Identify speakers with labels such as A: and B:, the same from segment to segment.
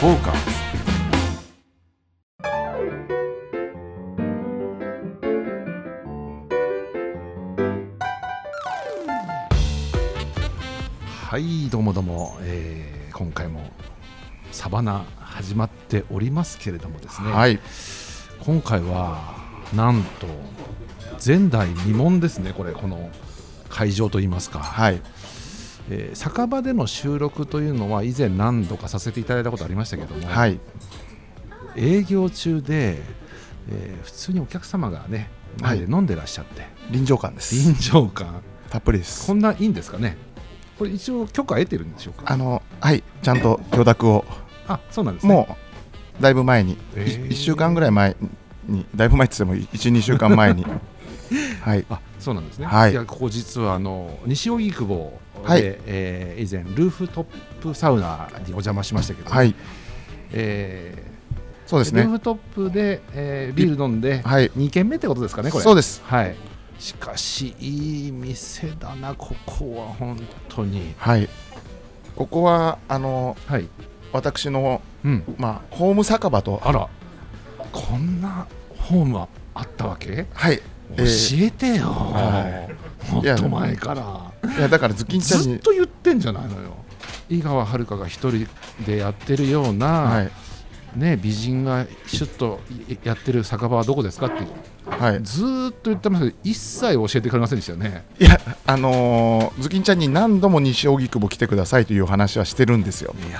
A: フォーカスはいどうもどうも、えー今回もサバナ始まっておりますけれどもですね、
B: はい。
A: 今回はなんと前代未聞ですねこれこの会場といいますか、
B: はい。
A: えー酒場での収録というのは以前何度かさせていただいたことありましたけども、
B: はい。
A: 営業中で、えー普通にお客様がね
B: は
A: 前
B: い
A: で飲んでらっしゃって、
B: 臨場感です。
A: 臨場 感
B: たっぷりです
A: こ。んないいんですかねこれ一応許可得てるんでしょうか
B: あの、はい。ちゃんと許諾を、
A: あそうなんですね
B: もう、だいぶ前に、
A: えー
B: 1週間ぐらい前に、だいぶ前って言っても、1、2週間前 に。はい。
A: あそうなんですね、
B: はい
A: やここ実はあの西荻窪で、
B: はい
A: えー以前ルーフトップサウナにお邪魔しましたけど、
B: はい。
A: えー
B: そうです
A: ルー
B: ね。
A: フトップで、えービール飲んで、
B: はい
A: 2軒目ってことですかね、これ。
B: そうです。
A: はい、しかし、いい店だな、ここは本当に。
B: はい。ここは、あの、
A: はい、
B: 私の、
A: うん、
B: まあ、ホーム酒場と、
A: あら、こんなホームはあったわけ
B: はい。え
A: 教
B: ー
A: えてよ、
B: は
A: も
B: いや
A: っと前から。
B: いや、だから、ズッキンちゃん
A: ずっ
B: に、
A: と言ってんじゃないのよ。井川遥が一人でやってるような、
B: はい。
A: ね、美人がシュッとやってる酒場はどこですかって
B: はい。
A: ずーっと言ってますけど一切教えてくれませんでしたよね
B: いや、あのー、ズッキンちゃんに何度も西荻窪来てくださいというお話はしてるんですよ。
A: いや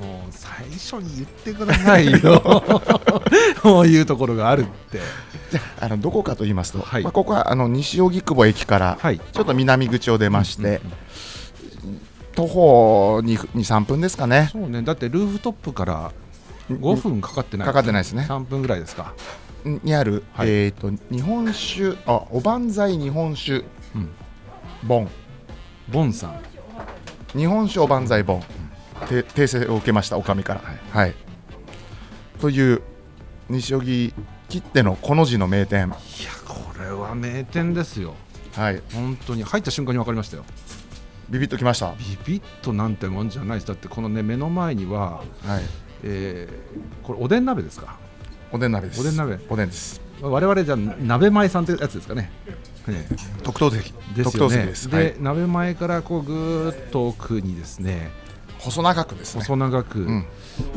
A: ーもう最初に言ってください よこういうところがあるって
B: あのどこかと言いますと、
A: はい
B: まあ、ここはあの西荻窪駅から
A: はい
B: ちょっと南口を出まして、徒歩に2、3分ですかね、
A: そうねだってルーフトップから5分かかってない
B: かかってないですね
A: 3分ぐらいですか、
B: にある、
A: はい
B: えー、と日本酒あ、おばんざい日本酒
A: うん、
B: 本、
A: ボンさん
B: 日本酒おばんざい本、て訂正を受けました、おかみから。
A: はい
B: はい、という、西荻切ってのこの字の名店、
A: いやこれは名店ですよ
B: はい、
A: 本当に入った瞬間に分かりましたよ
B: ビビッときました、は
A: ビビッとなんてもんじゃないですだってこのね目の前には、
B: い、
A: えーこれおでん鍋ですか
B: おでん鍋です。
A: おでん鍋
B: おでんです
A: 我々じゃ鍋前さんってやつですかねね
B: 特等席
A: です
B: 特
A: よ
B: 等
A: ね
B: 席
A: で
B: です、はい、
A: 鍋前からこうぐーっと奥にですね
B: 細長くですね
A: 細長く、
B: うん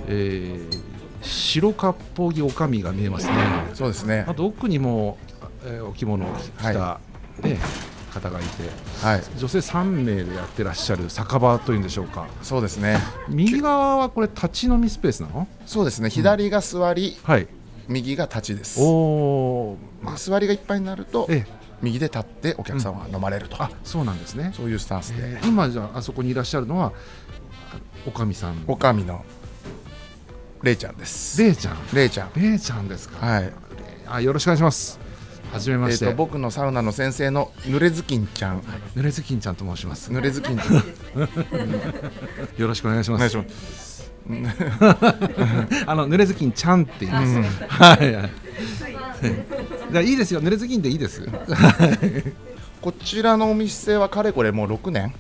A: えー白かっぽぎおかみが見えますね
B: そうですね
A: あ。と奥にも、えーお着物を着た、
B: は
A: ね、方がいて
B: はい。
A: 女性3名でやってらっしゃる酒場というんでしょうか
B: そうですね。
A: 右側はこれ立ち飲みスペースなの
B: そうですね。左が座り、
A: はい
B: 右が立ちです。
A: おお
B: まあ座りがいっぱいになると、
A: ええ
B: 右で立ってお客さんは飲まれると、
A: あそうなんですね、
B: そういうスタンスで、
A: えー今じゃああそこにいらっしゃるのはおかみさん
B: おかみのれいちゃんです。
A: れいちゃん
B: れいちゃん。
A: れいちゃんですか、
B: はい。
A: あよろしくお願いしますはじめ
B: え
A: ま
B: っ、
A: して、
B: と僕のサウナの先生の濡れずきんちゃん、
A: ぬれずきんちゃんと申します
B: 濡れずきんちゃん、
A: よろしくお願いします。
B: お願いします。
A: あの濡れずきんちゃんって言います。 はいはい。じゃあいいですよ。濡れずきんでいいです。
B: こちらのお店はかれこれもう6年、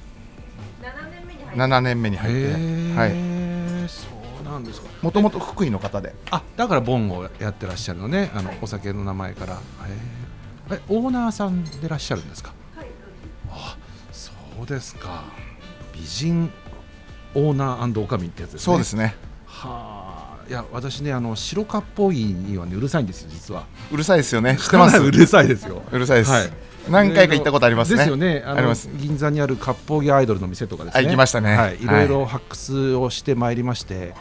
C: 7年目に入っ
B: 7年目に入って、はい。
A: え。そうなんですか。
B: もともと福井の方で、
A: あ、だからボンをやってらっしゃるのね。あのお酒の名前から。へーえ、オーナーさんでらっしゃるんですか。
C: はい
A: そうですか。美人オーナーおかみってやつですね。
B: そうですね。
A: はあ。いや私ねあの白かっぽいにはねうるさいんですよ実は。
B: うるさいですよね。知ってます。
A: うるさいですよ。
B: うるさいです、
A: はい
B: 何回か行ったことありますね。
A: ですよね。あ
B: あ
A: の
B: ります。
A: 銀座にある割烹着アイドルの店とかですね。
B: あ行きましたね
A: はい。
B: はい
A: いろいろ発掘をしてまいりまして、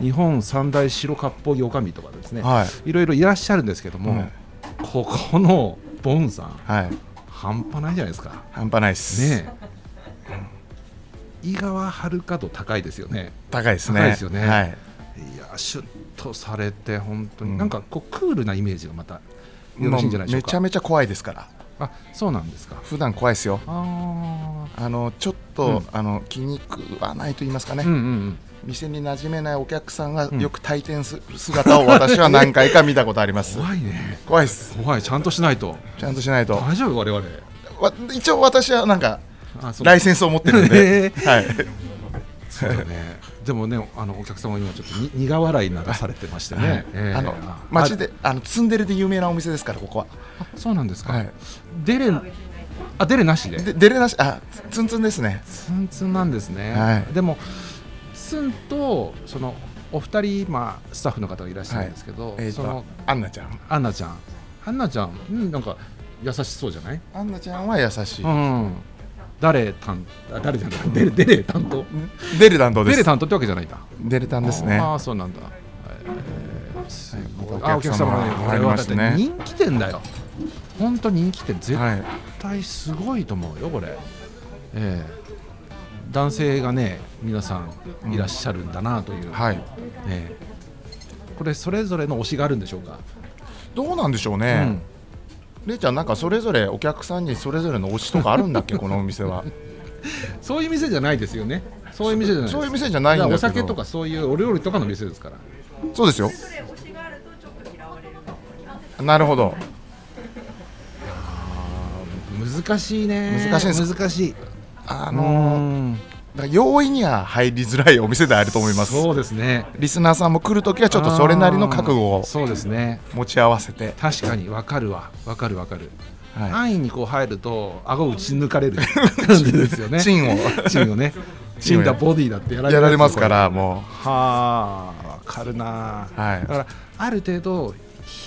A: 日本三大白割烹着女将とかですね。。
B: はい
A: ろいろいらっしゃるんですけども、
B: うん
A: ここのボンさん
B: はい。
A: 半端ないじゃないですか。
B: 半端ないです。
A: ねえ。井川遥と高いですよね。
B: 高いですね。
A: 高いですよね
B: はい。
A: いやシュッとされて本当に、
B: うん
A: なんかこうクールなイメージがまたよろしいんじゃないでしょう
B: めちゃ
A: か。
B: めちゃ怖いですから。
A: あ、そうなんですか。
B: 普段怖いですよ。
A: あ
B: あのちょっ
A: う
B: と、
A: ん
B: あの気に食わないと言いますかね、
A: あ。うんうんうん。
B: 店に馴染めないお客さんが
A: うん
B: よく退店する姿を私は何回か見たことあります。
A: 怖いね
B: 怖いです。
A: 怖いちゃんとしないと
B: ちゃんとしないと。
A: 大丈夫我々
B: わ一応私はなんか
A: あそう
B: ライセンスを持ってるん
A: え
B: で、はい。
A: そうだね。でもね、あのお客様今ちょっとに苦笑いならされてましてね。ええ
B: あの町であのツンデレで有名なお店ですからここは
A: あそうなんですか。
B: はい
A: デレ
C: 別にない
A: あデレなしで。
B: でデレなしあツンツンですね
A: ツンツンなんですね、
B: はい
A: でもツンとそのお二人今スタッフの方がいらっしゃるんですけど、
B: えっ、
A: そ
B: と
A: の
B: アンナちゃん
A: アンナちゃんアンナちゃんうんなんか優しそうじゃない、
B: アンナちゃんは優しい、
A: うん、誰担あ誰じゃないデレデレ担当
B: デレ担当で
A: デ
B: す
A: レ担当ってわけじゃないんだ
B: デレタンですね
A: ああそうなんだ、えーすごい
B: はい
A: あお客様がね
B: お客様が
A: これはだっ
B: 入りま
A: て
B: すね
A: 人気店だよ本当人気店絶
B: はい
A: 対すごいと思うよこれ、ええ男性がね皆さんいらっしゃるんだなという、
B: はい
A: ええこれそれぞれの推しがあるんでしょうか、
B: どうなんでしょうね、れいちゃんなんかそれぞれお客さんにそれぞれの推しとかあるんだっ けこのお店は
A: うん、そういう店じゃないですよねそういう店じゃないです
B: そういう店じゃないんだけど
A: お酒とかそういうお料理とかの店ですから
B: そうですよ
C: それ推しがあるとちょっと嫌われるかも
B: なるほど
A: 難しいね
B: 難しいです
A: 難しい
B: あ
A: あ
B: のーだから容易には入りづらいお店であると思います
A: そうですね
B: リスナーさんも来るときはちょっとそれなりの覚悟
A: あー
B: を
A: そうですね
B: 持ち合わせて、
A: 確かにわかるわわかるわかる、
B: は
A: 安易にこう入ると顎を打ち抜かれる感じですよ
B: い、
A: ね
B: チ ンを
A: チンをねチンだボディだってやられ
B: やられますか
A: は
B: らも
A: あわかるな、
B: はい
A: だからある程度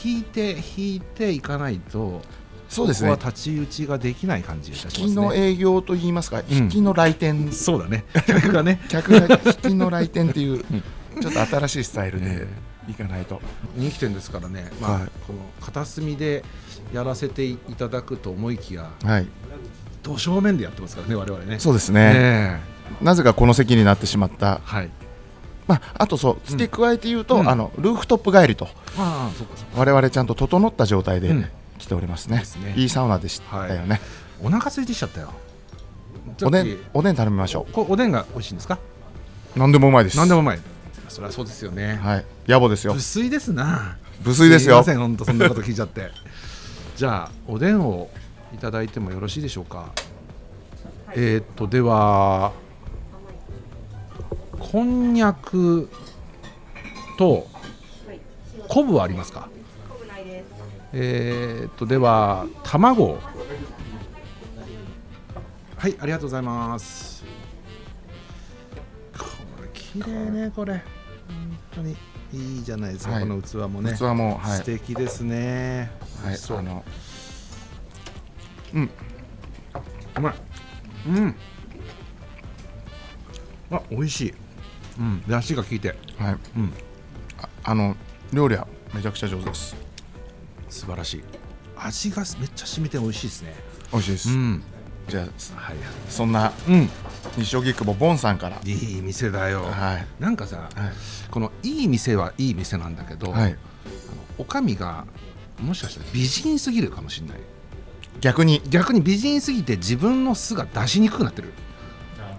A: 引いて引いていかないと
B: うそうです
A: こ
B: ね
A: こは立ち打ちができない感じがしま
B: 引
A: す
B: きの
A: ね
B: 営業といいますか、引きの来店
A: そうだね客が ね
B: 客が 引きの来店っていうちょっと新しいスタイルで
A: え
B: いかないと、
A: 人気店ですからね、まあ
B: はい
A: この片隅でやらせていただくと思いきや
B: はい
A: 土正面でやってますからね我々ね
B: そうです
A: う
B: ね、
A: ね、
B: なぜかこの席になってしまった、
A: はい
B: まあ、あとそう付け加えて言うと、
A: うん
B: あのルーフトップ帰りと
A: ああそうかそうか
B: 我々ちゃんと整った状態で
A: うん
B: 来ておりますね,、
A: ですね
B: いいサウナでしたよね、
A: お腹空いてきちゃったよ
B: おで
A: さっ
B: ん
A: き
B: おでん頼みましょ
A: こおでんが美味しいんですか
B: う何でもうまいです
A: 何でもうまいそりゃそうですよね、
B: はい野暮ですよ
A: 無水ですな
B: 無水ですよ
A: すいません本当そんなこと聞いちゃって じゃあおでんをいただいてもよろしいでしょうかえーっとではこんにゃくと昆布はありますか
C: 濃くないです
A: えーっとでは卵をはいありがとうございますこれ綺麗ねこれ本当にいいじゃないですか、
B: はい
A: この器もね
B: 器もはい
A: 素敵ですね
B: は
A: 美
B: い
A: 味しそう
B: あの
A: うまいうんあ美味しいうん出汁が効いて
B: はい、
A: うん
B: ああの料理はめちゃくちゃ上手です
A: 素晴らしい味がめっちゃ染みて美味しいですね
B: 美味しいです、
A: ん
B: じゃあ
A: はい
B: そんな
A: うん
B: 西荻窪ボンさんから
A: いい店だよ、
B: はい
A: なんかさ、
B: はい
A: このいい店はいい店なんだけど、
B: はい
A: おかみがもしかしたら美人すぎるかもしれない
B: 逆に
A: 逆に美人すぎて自分の素が出しにくくなってる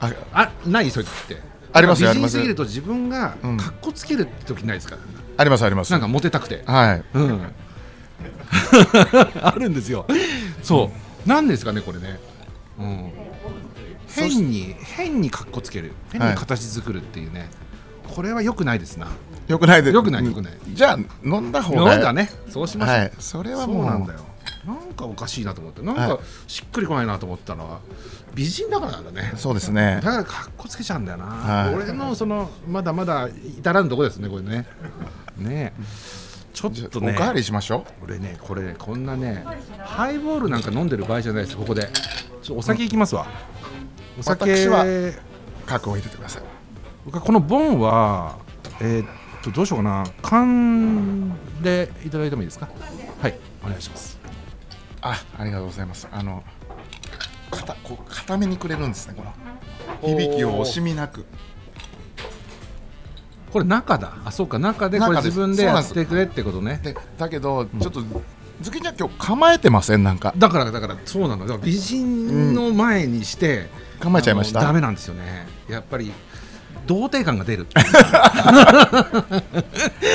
B: あ
A: あないそういう時って
B: ありますよ
A: 美人す
B: あ
A: ぎる
B: ります
A: と自分が
B: うん
A: かっこつけるって時ないですか、
B: ありますあります
A: なんかモテたくて
B: はい
A: うんあるんですよそうなんですかねこれねうん変に変にかっこつける変に形作るっていうね、これは良くないですな
B: よくないで
A: 良くない良くない
B: じゃあ飲んだ方
A: 飲ん
B: が
A: だねそうしましょう、
B: はいそれはもう
A: そうなんだよなんかおかしいなと思ってなん
B: はい
A: かしっくりこないなと思ったのは美人だからなんだね
B: そうです
A: だ
B: ね
A: からかっこつけちゃうんだよな、
B: はい
A: 俺のそのまだまだ至らんとこですねこれねねえちょっ
B: じゃあ
A: とね
B: おかわりしましょ
A: 俺ねこれねこんなねハイボールなんか飲んでる場合じゃないですここでちょっとお酒いきますわ、お酒
B: 私はう核を入れてください
A: このボンは、えーっとどうしようかな缶でいただいてもいいですかはいお願いします
B: あありがとうございますあのかたこう固めにくれるんですねこの響きを惜しみなく
A: これ中だあそうか中でこれ
B: 中です
A: 自分で
B: そう
A: や
B: なんで
A: っ
B: す
A: てくれってことね
B: でだけどちょっとズキちゃん今日構えてませんなんか
A: だからだからそうなのだから美人の前にして、
B: 構えちゃいまし
A: あの
B: た
A: ダメなんですよねやっぱり童貞感が出る
B: あ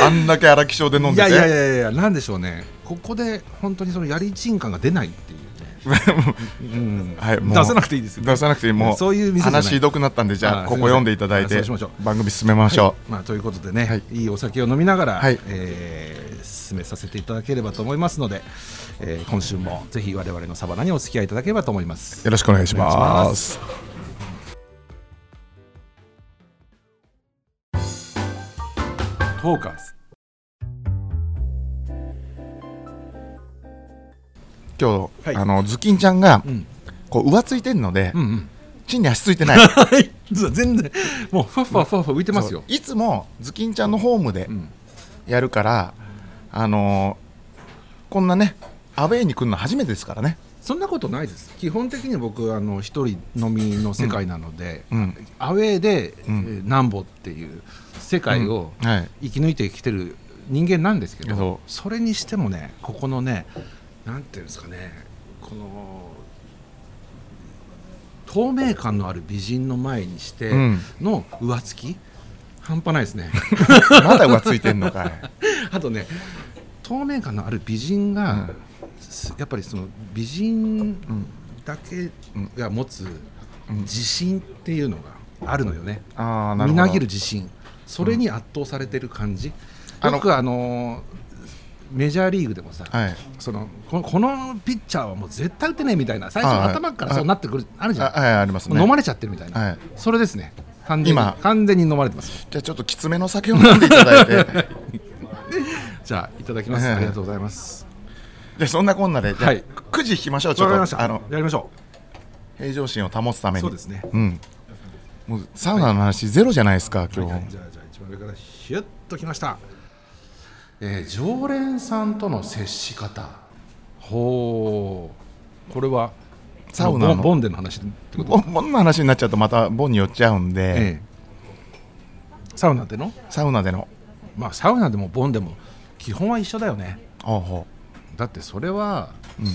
B: んだけ荒木症で飲ん
A: い
B: で
A: や
B: て
A: いやいやいやなんでしょうねここで本当にそのやりちん感が出ないっていうねうん
B: はい もう
A: 出さなくていいですよ
B: 出さなくていいもう
A: そういう店じゃない
B: 話ひどくなったんでじゃ
A: あ
B: あ
A: ー
B: ここ読んでいただい
A: すい
B: て
A: ませんあーそうしましょ
B: 番組進めましょ
A: まあということでね、
B: はい
A: い、いお酒を飲みながら、
B: はい
A: えー進めさせていただければと思いますので、えー今週もぜひ我々のサバナにお付き合いいただければと思います
B: うよろしくお願いし
A: お願いし
B: ま
A: ますトーカーズ
B: 今
A: は
B: 日
A: い
B: あのズッキンちゃんが
A: うん
B: こう浮ついてるので
A: うんうん
B: 地に足ついてない
A: はい 全然もうふわふわふわふわ浮いてますよ
B: そういつもズッキンちゃんのホームで
A: うん
B: やるからあのーこんなねアウェイに来るの初めてですからね
A: そんなことないです基本的に僕あの一人飲みの世界なので、
B: うん
A: アウェーで、
B: うん
A: えー南北っていう世界を
B: うんはい
A: 生き抜いてきてる人間なんですけど、
B: そ
A: それにしてもねここのねなんていうんですかねこの透明感のある美人の前にして
B: うん
A: の上つき、半端ないです ね
B: まだ浮ついてんのかい
A: あとね透明感のある美人が、
B: うん
A: すやっぱりその美人
B: ん
A: だけが持つ自信っていうのがあるのよね、
B: ああなる
A: み
B: ほど
A: なぎる自信それに圧倒されてる感じ、
B: あの
A: よくあのーメジャーリーグでもさ、
B: はい
A: そのここのピッチャーはもう絶対打てねえみたいな最初
B: あはい
A: 頭からそうなってくるあるじゃ
B: あ
A: ん、
B: はいありますね
A: 飲まれちゃってるみたいな、
B: はい
A: それですね完全に
B: 今
A: 完全に飲まれてます
B: じゃあちょっときつめの酒を飲んでいただ いて
A: じゃあいただきます、
B: ええ
A: ありがとうございます
B: じゃあそんなこんなで、じゃあ
A: はい
B: くじ引きましょうち
A: わかり
B: ょ
A: ま
B: っ
A: し
B: と
A: た
B: あの
A: やりましょ
B: 平常心を保つた
A: う
B: めに
A: そうですね
B: うんもうサウナの話ゼロじゃないですか今
A: はい
B: 日
A: じゃあじゃあ一番上からヒュッときました、えー常連さんとの接し方ほうこれは
B: サウナの
A: ボンボンデの話ってこと
B: ボンボンの話になっちゃうとまたボンに寄っちゃうんで
A: ええサウナでの
B: サウナでの
A: まあサウナでもボンでも基本は一緒だよね
B: ほうほ
A: だってそれは、
B: うん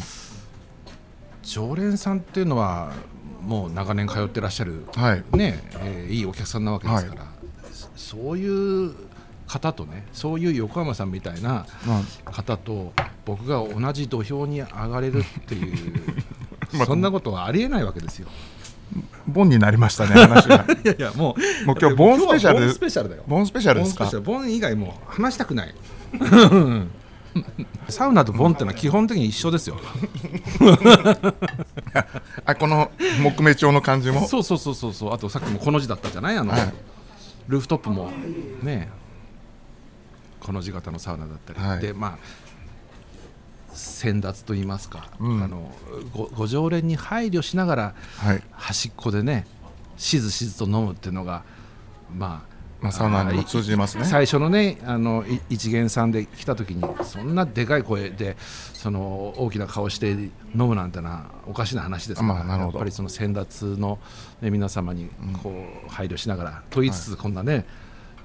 A: 常連さんっていうのはもう長年通ってらっしゃる、
B: うはい
A: ねえーいいお客さんなわけですから、そそういう方とねそういう横山さんみたいな
B: ま
A: 方と僕が同じ土俵に上がれるっていう
B: まあ
A: そんなことはありえないわけですよ。
B: あボンになりましたね話 が
A: いやいやもう
B: もう今日ボーンスペシャル
A: 今日はボーンスペシャルだよ
B: ボンスペシャルです
A: ボン
B: か
A: スペシャルボン以外もう話したくない サウナとボンってのは基本的に一緒ですよ
B: あこの木目調の感じも
A: そうそうそうそうそうあとさっきもこの字だったじゃないあの、
B: はい
A: ルーフトップもねこの字型のサウナだったり、
B: はい
A: でまあ先達と言いますか、
B: うん
A: あのごご常連に配慮しながら
B: はい
A: 端っこでねしずしずと飲むっていうのがまあ
B: まあサウナにも通じますね
A: 最初のねあのい一元さんで来た時にそんなでかい声でその大きな顔して飲むなんてのはおかしな話ですから、
B: まあなるほど
A: やっぱりその先達の、ね、皆様にこう配慮しながらと言いつつ、こんなね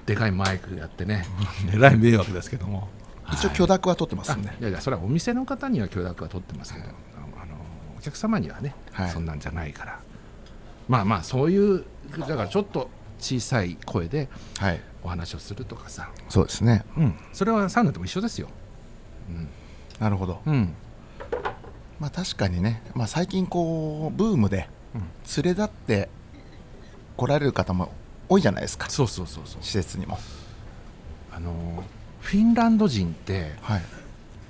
A: でかいマイクやってね えらい迷惑ですけども
B: 一応許諾は取ってます
A: あ
B: んで
A: いやいやそれはお店の方には許諾は取ってますけど、あのお客様にはね、
B: はい
A: そんなんじゃないからまあまあそういうだからちょっと小さい声で
B: はい
A: お話をするとかさ
B: そうですね
A: うん、それはサウナとも一緒ですよ。
B: なるほど
A: うん、
B: まあ確かにね、まあ、最近こうブームで
A: うん
B: 連れ立って来られる方も多いじゃないですか
A: そうそうそうそう。
B: 施設にも
A: あのーフィンランド人って
B: はい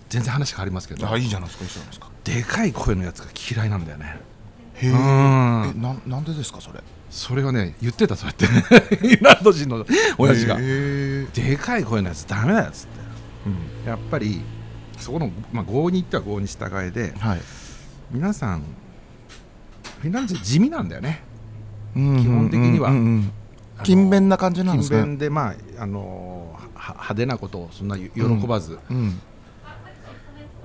A: 全然話変わりますけど、
B: あいいじゃないですかいいじゃないですか
A: でかい声のやつが嫌いなんだよね。
B: へえ
A: う
B: え
A: ん、
B: ななんでですかそれ
A: それはね言ってたそうやってね フィンランド人の親父が
B: へえ
A: でかい声のやつダメだよっつって
B: うん
A: やっぱりそこのまあ合に行っては合に従えで
B: はい
A: 皆さんフィンランド人地味なんだよね。
B: 基
A: 本的にはあの
B: 勤勉な感じなんです
A: 勤
B: ね
A: 勉でまああのーは派手なことをそんな喜ばず。
B: うん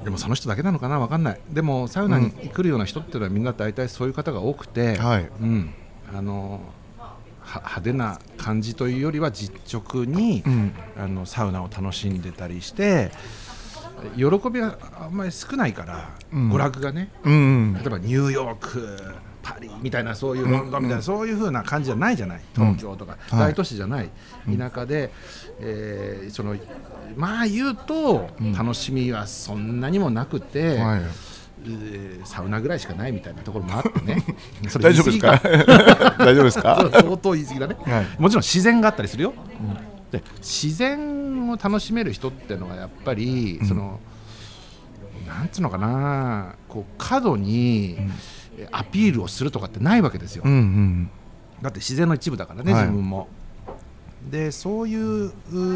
A: でもその人だけなのかなわかんないでもサウナに来るような人っていうのはみんな大体そういう方が多くて、
B: はい
A: うん、あのは派手な感じというよりは実直に、
B: うん
A: あのサウナを楽しんでたりして喜びはあんまり少ないから、
B: うん
A: 娯楽がね
B: うんうん
A: 例えばニューヨークパリみたいなそういうロンドンみたいな、そういう風な感じじゃないじゃない東京とか、
B: うんはい
A: 大都市じゃない田舎で、えーそのまあ言うと、楽しみはそんなにもなくて、
B: はい
A: えーサウナぐらいしかないみたいなところもあって ねそれ
B: 大
A: 言
B: 丈
A: い
B: 夫で
A: 過
B: す
A: ぎ
B: か 大丈夫で す
A: それ
B: か
A: 相当言い過ぎだね、
B: はい
A: もちろん自然があったりするよ、で自然を楽しめる人ってのはやっぱり、そのなんつうのかなこう過度にえアピールをするとかってないわけですよ、
B: うんうん
A: だって自然の一部だからね、
B: はい
A: 自分も。でそういう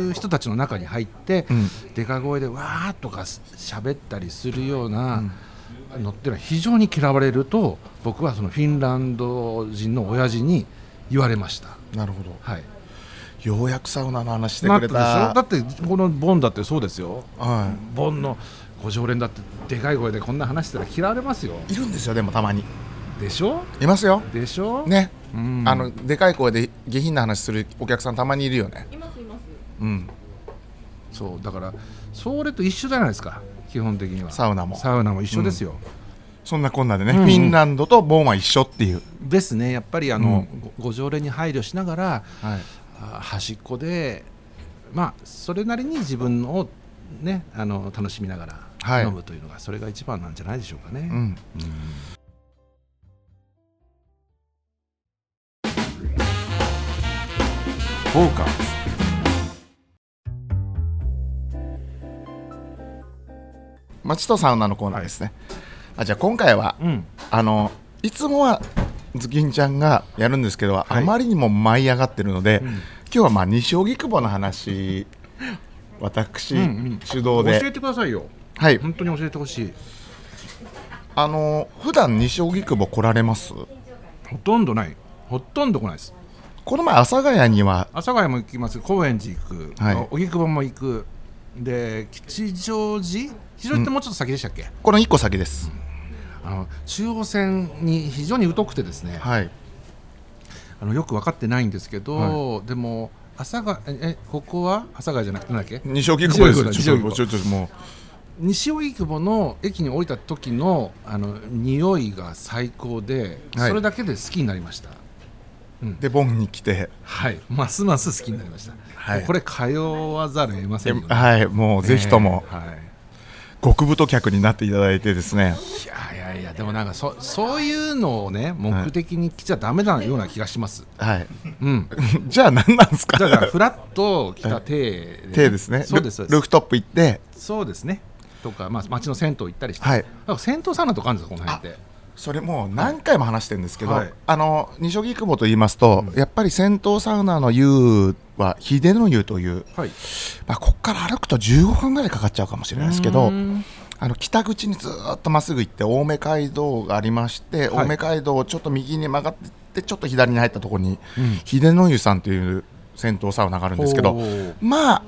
A: う人たちの中に入って、
B: うん
A: でか声でわーっとかす喋ったりするような
B: うん
A: のってのは非常に嫌われると僕はそのフィンランド人の親父に言われました。
B: なるほど
A: はい、
B: ようやくサウナの話して
A: なっ
B: く
A: た
B: れ
A: でしょだ
B: た
A: ってこのボンだってそうですよ
B: は
A: ボンのご常連だってでかい声でこんな話したら嫌われますよ
B: いいるんですよでもたまに
A: でしょ
B: いますよ
A: でしょ、
B: ね
A: うん
B: あのでかい声で下品な話するお客さんたまにいるよね
C: いますいます。
B: うん
A: そうだからそれと一緒じゃないですか基本的には
B: サウナも
A: サウナも一緒ですよ、
B: そんなこんなでね、
A: うんうん
B: フィンランドとボンは一緒っていう、
A: ですねやっぱりあの、ごご常連に配慮しながら
B: はい、
A: あ端っこでまあそれなりに自分をねあの楽しみなが
B: は
A: ら
B: い
A: 飲むというのが、それが一番なんじゃないでしょうかね、
B: うん、フォーカス街とサウナのコーナーですね、あじゃあ今回は
A: うん
B: あのいつもはズキンちゃんがやるんですけど、あまりにも舞い上がってるので、今日はまあ西荻窪の 話私、
A: うんうん
B: 主導で
A: 教えてくださいよ
B: はい
A: 本当に教えてほしい
B: あの普段西荻窪来られます
A: ほとんどないほとんど来ないです
B: この前阿佐ヶ谷には
A: 阿佐ヶ谷も行きます高円寺行く
B: はい
A: 荻窪、も行くで吉祥寺吉祥寺ってもうちょっと先でしたっけ、
B: この1個先です、
A: あの中央線に非常に疎くてですね、
B: はい
A: あのよく分かってないんですけど、
B: は
A: でも朝がええここは朝がじゃなくてなんだっけ
B: 西荻窪です
A: 西荻窪
B: ちょっとちょっとも
A: 西荻窪の駅に降りた時のあの匂いが最高で、
B: はい
A: それだけで好きになりました
B: うでボンに来て
A: はいますます好きになりました、
B: はい
A: もうこれ通わざるを得ませんよ、ね、
B: はいもうぜひとも
A: えーはい
B: 極太客になっていただいてですね
A: いやいやいやでもなんかそそういうのをね目的に来ちゃダメなような気がします、
B: はい
A: うん
B: じゃあ何なんですか
A: だからフラッと来た手で、
B: 手ですね
A: そうですそう
B: ル
A: で
B: ル
A: す
B: ーフトップ行って
A: そうですねとか、まあ、町の銭湯行ったりして、
B: はい
A: だから銭湯サウナとかあるんですよこの辺って
B: それもう何回も話してるんですけど、
A: はい
B: あの西荻窪と言いますと、やっぱり銭湯サウナの湯は秀の湯という、
A: はい
B: まあ、ここから歩くと15分ぐらいかかっちゃうかもしれないですけ
A: う
B: ど
A: ーん
B: あの北口にずーっとまっすぐ行って青梅街道がありまして、
A: はい
B: 青梅街道をちょっと右に曲がってってちょっと左に入ったところに、秀の湯さんという銭湯サウナがあるんですけ
A: お
B: ど
A: ー
B: まあ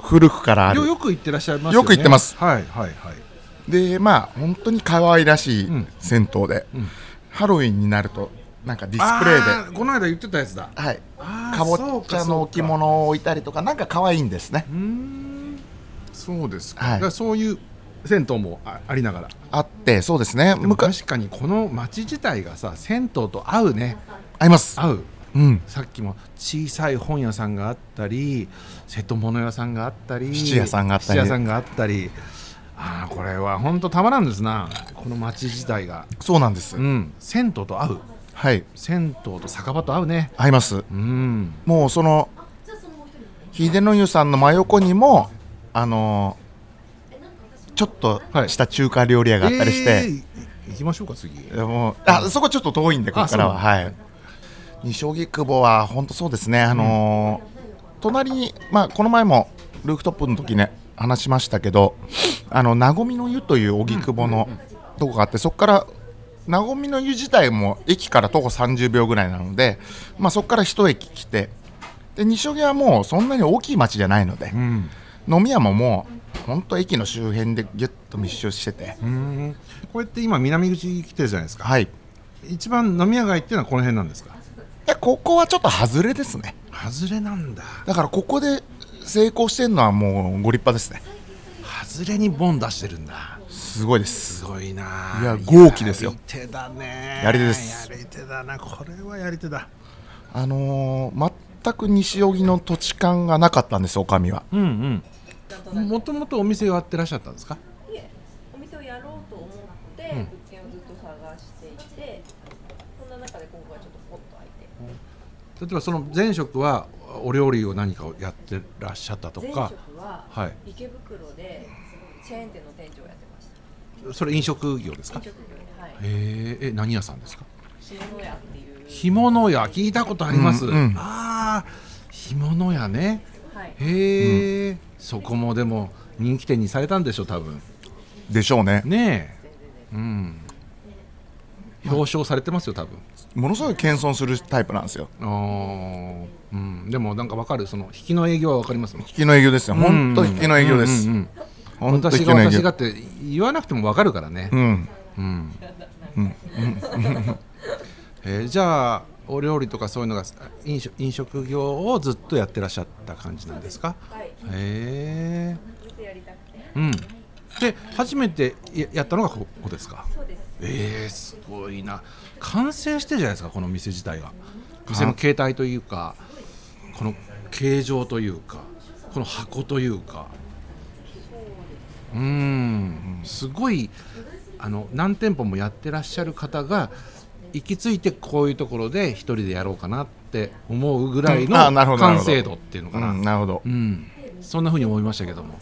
B: 古くからあ
A: よ
B: る
A: よく行ってらっしゃいますよね
B: よく行ってます
A: はいはいはい
B: でまあ本当に可愛らしい
A: うん
B: 銭湯で、
A: うん
B: ハロウィンになるとなんかディスプレイで
A: あーこの間言ってたやつだ
B: はい、
A: あー
B: かぼ
A: そう
B: ち
A: か
B: ゃの置物を置いたりとか、なんか可愛いんですね。
A: うーんそうですか,、
B: はい
A: だからそういう銭湯もあありながら
B: あって、そうですね、
A: でも
B: 昔、
A: 確かにこの町自体がさ銭湯と合うね
B: 合います。
A: 合う
B: うん、
A: さっきも小さい本屋さんがあったり瀬戸物屋さんがあったり
B: 質屋さんがあった
A: 質
B: り
A: 屋さんがあったりああこれは本当たまらんですなこの町自体が
B: そうなんです。
A: うん銭湯と合う
B: はい、
A: 銭湯と酒場と合うね
B: 合います。
A: うん
B: もうその、秀の湯さんの真横にも、あのーちょっとした中華料理屋があったりして、
A: えー行きましょうか次
B: もうあそこちょっと遠いんで、ここからは。
A: あそう
B: はい、西荻窪は本当そうですね、あのー隣に、まあ、この前もルーフトップの時ね、話しましたけど、あのなごみの湯という荻窪のとこがあって、そこからなごみの湯自体も駅から徒歩30秒ぐらいなので、まあ、そこから一駅来て、で西荻はもうそんなに大きい町じゃないので
A: う、ん
B: 飲み屋ももう、本当、駅の周辺でぎゅっと密集してて、
A: うんこうやって今南口に来てるじゃないですか
B: はい、い
A: 一番飲み屋街っていうのはこの辺なんですか
B: やここはちょっと外れですね。
A: 外れなんだ
B: だからここで成功してるのはもうご立派ですね
A: 外れにボン出してるんだ
B: すごいです
A: すごいなあ
B: いや豪気ですよ
A: やり手だね
B: やり手です
A: やり手だなこれはやり手だ
B: あのー全く西荻の土地勘がなかったんですおかみは
A: うんうんもともとお店をやってらっしゃったんですか
C: いえ、お店をやろうと思っ
A: 例えばその前職はお料理を何かをやってらっしゃったと
C: 前
A: か
C: 職は
A: はい
C: 池袋でチェーン店の店長をやってました。
A: それ飲食業ですか
C: 飲食業で、はい。
A: ええ何屋さんですか
C: ひものやっていう。
A: 干物屋聞いたことあります、
B: うんうん
A: ああ干物屋ね
C: はい。
A: へえ、そこもでも人気店にされたんでしょ多分
B: でしょうね
A: ねえうん表彰されてますよ多分
B: ものすごい謙遜するタイプなんですよ
A: あーうん、でもなんかわかるその引きの営業はわかりますもん
B: 引きの営業ですよ本当引きの営業で
A: う
B: す
A: んうんうん
B: 本当引
A: 私
B: き
A: が
B: の営
A: 私が
B: 業
A: って言わなくてもわかるからね
B: う、ん
A: うんえーじゃあお料理とかそういうのが飲食飲食業をずっとやってらっしゃった感じなんですか
C: はい。
A: へえ
C: ずっとやりたくて。
A: うんで初めてややったのがここですか
C: そうです。
A: えー、すごいな完成してるじゃないですかこの店自体が店の形態というかこの形状というかこの箱というかうーんすごいあの何店舗もやってらっしゃる方が行き着いてこういうところで一人でやろうかなって思うぐらいの
B: うんあなるほどなる
A: 完
B: ほど
A: 成度っていうのかな
B: うんなるほど
A: うん、そんな風に思いましたけども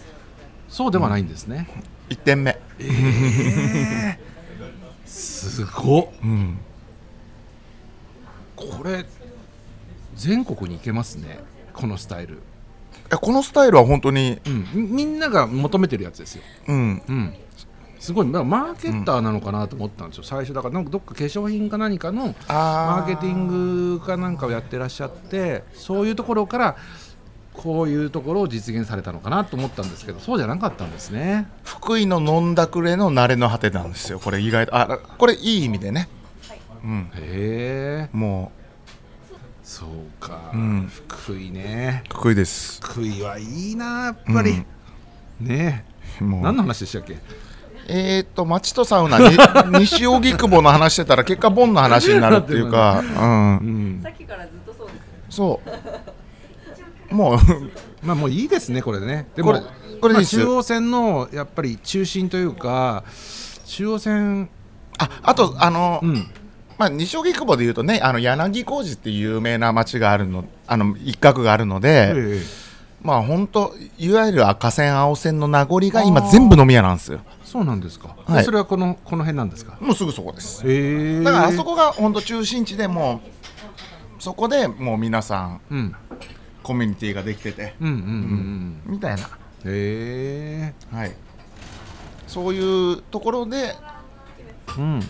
A: そうではないんですね、
B: 1点目
A: すごっ
B: うん
A: これ全国に行けますねこのスタイル、
B: えこのスタイルは本当に
A: うん、みみんなが求めてるやつですよ、
B: うん
A: うん、すごいだからマーケッターなのかなと思ったんですよ、最初だからなんかどっか化粧品か何かのマー
B: あ
A: ケティングかなんかをやってらっしゃってそういうところからこういうところを実現されたのかなと思ったんですけどそうじゃなかったんですね
B: 福井の飲んだくれの慣れの果てなんですよこれ意外とあこれいい意味でねうん
A: へえ
B: も
A: そうか、
B: うん
A: 福井ね
B: う福井です
A: 福井はいいなやっぱり、ねえ
B: もう
A: 何の話でしたっけ
B: えー、と町とサウ ナに西荻窪の話してたら結果ボンの話になるっていうか、う、
A: うんん
C: さっきからずっとそうです。
B: そうもう
A: まあもういいですねこれねで
B: こ
A: も
B: れこれ
A: ま
B: で
A: あ
B: いいです
A: 中央線のやっぱり中心というか中央線
B: ああとあの、
A: うん
B: まあ、西荻窪でいうとねあの柳小路っていう有名な町があるのあの一角があるので、
A: ええ
B: まあ本当いわゆる赤線青線の名残が今全部飲み屋なんですよ
A: そうなんですか、
B: はい
A: それはこのこの辺なんですか
B: もうすぐそこです
A: ええ
B: だからあそこが本当中心地でもうそこでもう皆さん
A: うん
B: コミュニティができてて
A: うんうんうんうん
B: みたいな
A: え
B: はい、そういうところで
A: えうん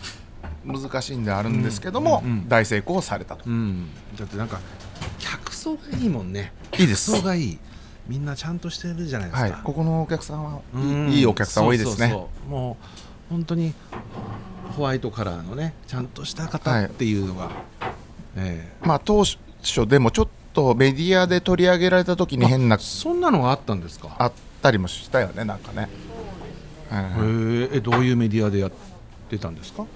B: 難しいんであるんですけども、
A: うんうん
B: 大成功されたと、
A: うんだってなんか客層がいいもんね
B: いいで
A: 客層がいいみんなちゃんとしてるじゃないですか、
B: はい、ここのお客さんは
A: うん
B: いいいいお客さん多いです
A: そうそ
B: ね
A: うそうもう本当にホワイトカラーのねちゃんとした
B: は
A: 方
B: い
A: っていうのが、え
B: まあ当初でもちょっとメディアで取り上げられた時に変な
A: えそんなのがあったんですか
B: あったりもしたよねなんかね、はい
A: へええどういうメディアでやってたんですか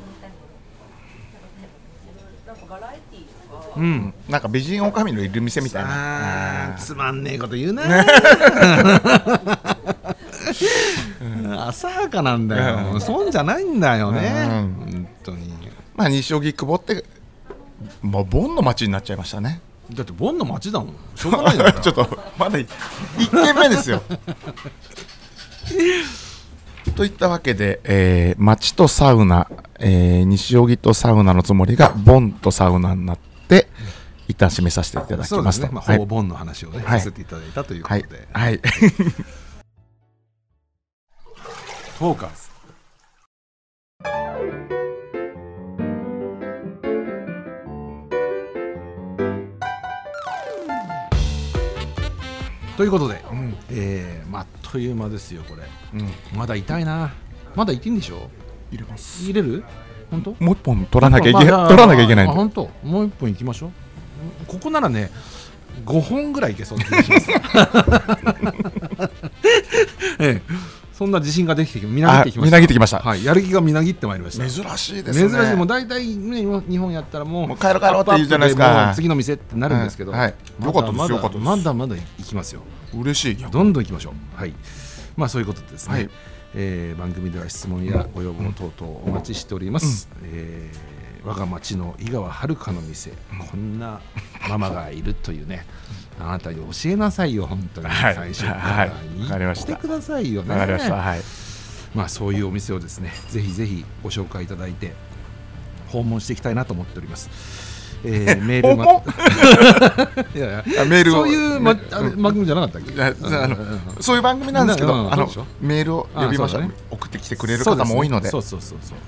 C: なんかバラエティーとか。
A: うん
B: なんか美人女将のいる店みたいな
A: あーつまんねえこと言うな、浅はかなんだよ、そんじゃないんだよね、
B: うん
A: 本当に
B: まあ西荻窪ってもうボンの街になっちゃいましたね
A: だってボンの街だもんしょうがないじゃない
B: ちょっとまだ1軒目ですよ。といったわけで、えー、町とサウナ、えー、西荻とサウナのつもりがボンとサウナになって一旦締めさせていただき
A: そう
B: ま
A: ですす
B: と
A: ね、まあ、
B: は
A: ほ
B: い
A: ぼボンの話をね、
B: はい
A: させていただいたということ
B: はい
A: で、
B: はい、
A: フォーカスということで、
B: ん
A: えーまああっという間ですよこれ
B: うん、
A: まだ痛いなまだ痛いんでしょ
B: 入れます
A: 入れる本当
B: もう一本取らなきゃいけ、
A: まあまあ
B: 取らなきゃいけない
A: あ
B: んで
A: 本当もう一本いきましょうここならね5本ぐらいいけそうな気がし ますええそんな自信ができてきみなぎってきました
B: あみなぎってきました
A: はい、やる気がみなぎってまいりました
B: 珍しいで
A: 珍しいもう大体ね日本やったらもう
B: もう帰ろう帰ろうって言うじゃないですか
A: アップアップもう次の店ってなるんですけど、
B: はいはい
A: ま
B: よかった
A: だ
B: です
A: まだ
B: よかったです
A: まだまだ行きますよ
B: 嬉しいいや
A: どんどん行きましょう。はい。まあそういうことですね。
B: はい
A: えー番組では質問やご要望等々お待ちしております。えーー我が町の井川遥の店こんなママがいるというねあなた教えなさいよ本当に
B: は
A: 最
B: い
A: 初から、
B: はいわかり
A: 言
B: ま
A: っ
B: してた
A: くださいよね
B: わかりました。はい。
A: まあ、そういうお店をですねぜひぜひご紹介いただいて訪問していきたいなと思っております。えー、メールま
B: 訪
A: いやい
B: あ
A: や
B: メールを
A: そういう、ま
B: ね、
A: あれ番組じゃなかったっけ
B: いやあのそういう番組なんですけど、
A: うんうんそ
B: あ
A: う
B: の
A: でしょ
B: メールを呼びまし
A: あそう
B: ょう
A: だね
B: 送ってきてくれる方も多いので、
A: そうすねそうそうそうそう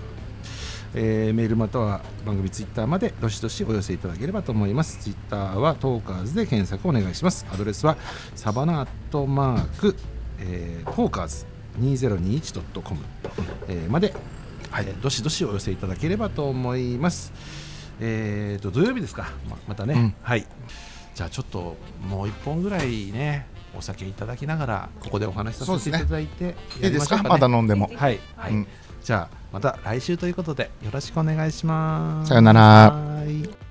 A: えーメールまたは番組ツイッターまでどしどしお寄せいただければと思いますツイッターはトーカーズで検索お願いしますアドレスはサバナアットマーク、えー、トーカーズ 2021.com、えーまで、えーどしどしお寄せいただければと思いますえー、と土曜日ですかままたね、
B: うん
A: はいじゃあちょっともう一本ぐらいねお酒いただきながらここでお話しさせていただいて
B: い
A: や
B: い
A: り
B: で
A: ますしょう
B: か
A: ね
B: まだ飲んでも。
A: はい、はい
B: うん
A: じゃあまた来週ということでよろしくお願いします。
B: さよなら
A: はい